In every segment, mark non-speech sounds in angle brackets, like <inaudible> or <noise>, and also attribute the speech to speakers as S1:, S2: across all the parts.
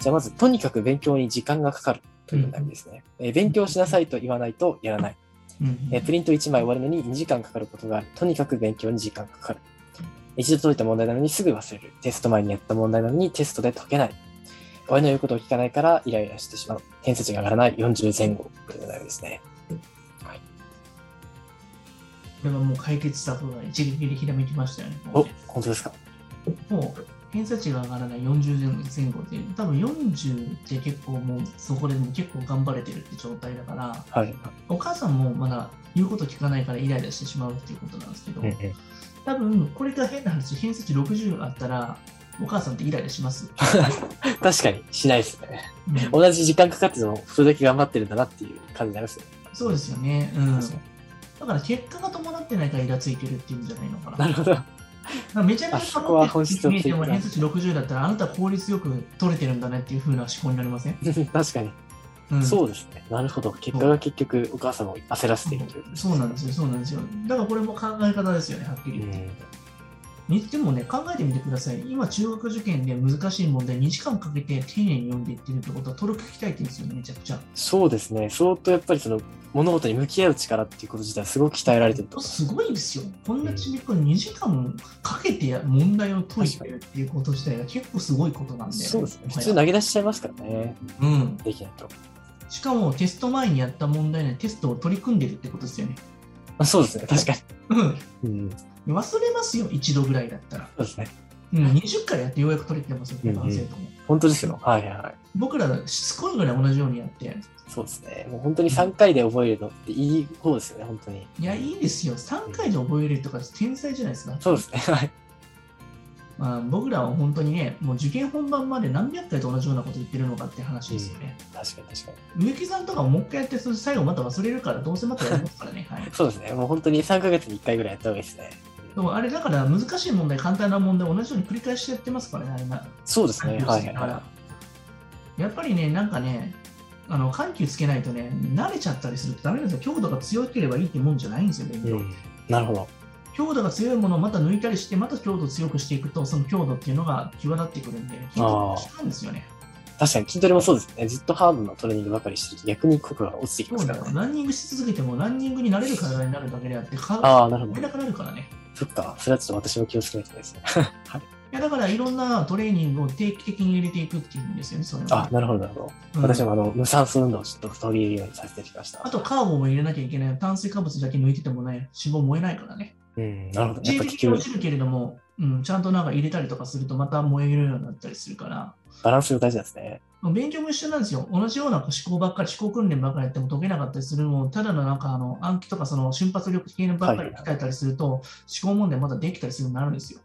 S1: じゃあまず、とにかく勉強に時間がかかるという悩みですね。えー勉強しなさいと言わないとやらない。
S2: うん
S1: えープリント1枚終わるのに2時間かかることがある。とにかく勉強に時間かかる。一度解いた問題なのにすぐ忘れる。テスト前にやった問題なのにテストで解けない。親の言うことを聞かないからイライラしてしまう。偏差値が上がらない40前後という悩みですね。
S2: これはもう解決策が一撃でひらめきましたよね。
S1: お、本当ですか
S2: もう偏差値が上がらない40前後前後で、多分40って結構もうそこでもう結構頑張れてるって状態だから、
S1: はい。
S2: お母さんもまだ言うこと聞かないからイライラしてしまうっていうことなんですけど、
S1: うんうん
S2: 多分これが変な話、偏差値60あったら、お母さんってイライラします。
S1: <laughs> 確かにしないですね。
S2: うん
S1: 同じ時間かかってても、それだけ頑張ってるんだなっていう感じになりますよね。
S2: そうですよね。うん。
S1: 確か
S2: だから結果が伴ってないからイラついてるっていうんじゃないのかな。
S1: になるほど。
S2: なんかめちゃめ
S1: あ
S2: ちゃ
S1: そこは本質を
S2: 見
S1: ついて
S2: えて
S1: る
S2: も偏差値60だったらあなたは効率よく取れてるんだねっていう風な思考になりません、
S1: <laughs> 確かに、
S2: うん、
S1: そうですね。なるほど。結果が結局、お母様を焦らせているということです
S2: そうなんですよ、そうなんですよ。だからこれも考え方ですよね、はっきり言って。にでもね、考えてみてください。今、中学受験で難しい問題2時間かけて丁寧に読んでいってるってことは、トルク期待点ですよね、めちゃくちゃ。
S1: そうですね。相当やっぱりその物事に向き合う力っていうこと自体はすごく鍛えられてると思います
S2: すごいですよ。こんなちびっこに2時間かけて問題を解いてるっていうこと自体が結構すごいことなんで。
S1: そうですね。
S2: も
S1: 普
S2: はや
S1: 通投げ出しちゃいますからね。
S2: うん。
S1: できないと。
S2: しかも、テスト前にやった問題のテストを取り組んでるってことですよね。
S1: あそうですね。確か
S2: うん。
S1: に。うん。そ
S2: 忘れますよ、一度ぐらいだったら。
S1: うですね。
S2: うん、20回やってようやく取れてますよ、
S1: うんうん
S2: 男性とも。
S1: 本当ですよ。はいはい。
S2: 僕らしつこいぐらい同じようにやって、
S1: そうですね。もう本当に3回で覚えるのっていい方ですよね。本当に。
S2: いや、いいですよ、3回で覚えれるとか天才じゃないですか。
S1: そうですね。 <laughs> はい。
S2: まあ、僕らは本当にね、もう受験本番まで何百回と同じようなこと言ってるのかって話ですよね。
S1: 確かに確かに。
S2: 植木さんとかももう一回やって、それ最後また忘れるから、どうせまたやりますからね。はい、
S1: そうですね。もう本当に3ヶ月に1回ぐらいやった方がいいですね。
S2: でもあれだから、難しい問題、簡単な問題、同じように繰り返してやってますからね、あれな。
S1: そうですね。
S2: 緩急
S1: は
S2: つ
S1: い
S2: け
S1: はい
S2: なが
S1: は
S2: ら。やっぱりね、なんかね、あの緩急つけないとね、慣れちゃったりするとダメなんですよ。強度が強ければいいってもんじゃないんですよ、勉
S1: い。
S2: 強。
S1: うん。なるほど。
S2: 強度が強いものをまた抜いたりして、また強度を強くしていくと、その強度っていうのが際立ってくるんで、筋トレが効くんですよね。
S1: 確かに筋トレもそうですね。ずっとハードなトレーニングばかりしてると逆に効果が落ちてき
S2: そ
S1: ま
S2: う
S1: す
S2: だ
S1: か
S2: よ
S1: らね。
S2: ランニングし続けても、ランニングになれる体になるだけであって、か
S1: ああ、なるほ
S2: 乗
S1: ど
S2: れ。なくなるからね。
S1: そっか。それはちょっと私も気をつけないといけないですね。
S2: いやだから、いろんなトレーニングを定期的に入れていくっていうんですよね、それは
S1: あ、。なるほど、なるほど。
S2: うん
S1: 私もあの無酸素運動をちょっと取り入れるようにさせてきました。
S2: あと、カーボンも入れなきゃいけない。炭水化物だけ抜いててもね、脂肪燃えないからね。
S1: うん、なるほど。
S2: 一
S1: やっぱ気
S2: 時的に
S1: 球
S2: 落ちるけれども、うん、ちゃんとなんか入れたりとかするとまた燃えるようになったりするから、
S1: バランスが大事なんですね。
S2: 勉強も一緒なんですよ。同じような思考ばっかり、思考訓練ばっかりやっても解けなかったりするのを、ただのなんかあの暗記とかその瞬発力系のばっかり鍛えたりすると、思考問題またできたりするようになるんですよ。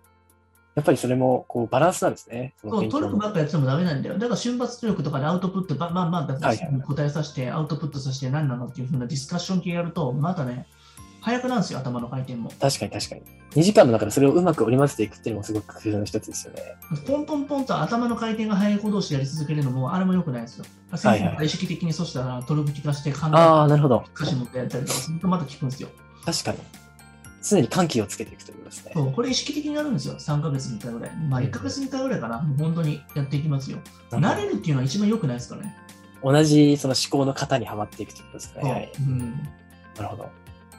S1: やっぱりそれもこうバランスなんですね。その
S2: そう
S1: 勉
S2: ト
S1: 強
S2: ル
S1: の
S2: クばっかりやっててもダメなんだよ。だから瞬発力とかでアウトプット、バンバンバンって
S1: はいはい
S2: 答えさせて、アウトプットさせて何なのっていうふうなディスカッション系やると、またね、早くなんですよ、頭の回転も。
S1: 確かに確かに。2時間の中でそれをうまく織り交ぜていくっていうのもすごく工夫の一つですよね。
S2: ポンポンポンと頭の回転が速い子同士やり続けるのも、あれも良くないですよ。先生が意識的にそうしたら、トルク気化して考え
S1: ああ、なるほど。
S2: 歌詞持ってやったりとかするとまた効くんですよ。
S1: 確かに。常に緩急をつけていくということですね。
S2: そうこれ意識的にやるんですよ。3ヶ月に1回ぐらい。まあ1ヶ月に1回ぐらいかな。もう本当にやっていきますよ。
S1: な
S2: 慣
S1: んか
S2: れるっていうのは一番良くないですからね。
S1: 同じその思考の型にはまっていくということですね。はい。
S2: そううん
S1: なるほど。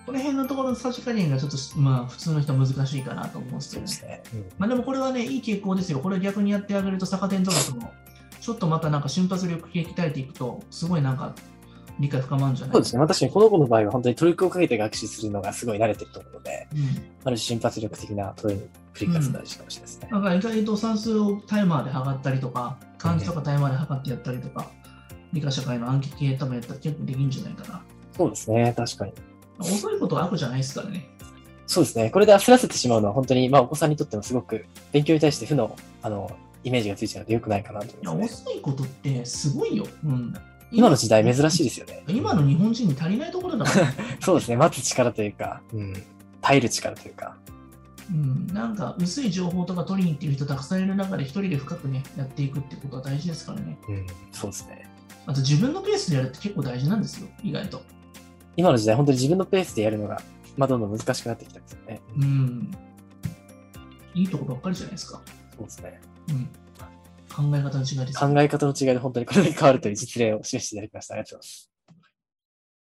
S2: この辺のところのさじ加減がちょっとし、まあ普通の人は難しいかなと思うんですけ
S1: そう
S2: ど
S1: で
S2: ね。
S1: すね。うん
S2: まあでもこれはね、いい傾向ですよ。これ逆にやってあげると逆転とかとも、ちょっとまたなんか瞬発力系鍛えていくと、すごいなんか理解深まるんじゃない
S1: そうですね。私、この子の場合は本当にトリックをかけて学習するのがすごい慣れてると思うので、
S2: うん
S1: ある種瞬発力的なトレーニング、繰り返すのが大事かもしれないですね。
S2: なんか意外と算数をタイマーで測ったりとか、漢字とかタイマーで測ってやったりとか、理科社会の暗記系多分やったら結構できるんじゃないかな。
S1: そうですね、確かに。
S2: 遅いことは悪じゃないですからね。
S1: そうですね、これで焦らせてしまうのは、本当に、まあ、お子さんにとってもすごく、勉強に対して負のあのイメージがついちゃうので、よくないかなと
S2: いや、
S1: 思います、ね。
S2: 遅いことってすごいよ。うん、
S1: 今の時代、珍しいですよね。
S2: 今の日本人に足りないところだから、 <laughs>
S1: そうですね、待つ力というか、うん、耐える力というか、
S2: うん、なんか薄い情報とか取りに行ってる人たくさんいる中で一人で深くね、やっていくってことは大事ですからね。
S1: うん、そうですね。
S2: あと自分のペースでやるって結構大事なんですよ、意外と。
S1: 今の時代、本当に自分のペースでやるのが、まあ、どんどん難しくなってきたんですよね。
S2: うん。いいとこばっかりじゃないですか。
S1: そうですね。
S2: うん考え方の違いですね、
S1: 考え方の違いで本当にこれだけ変わるという実例を示していただきました。ありがとうございます。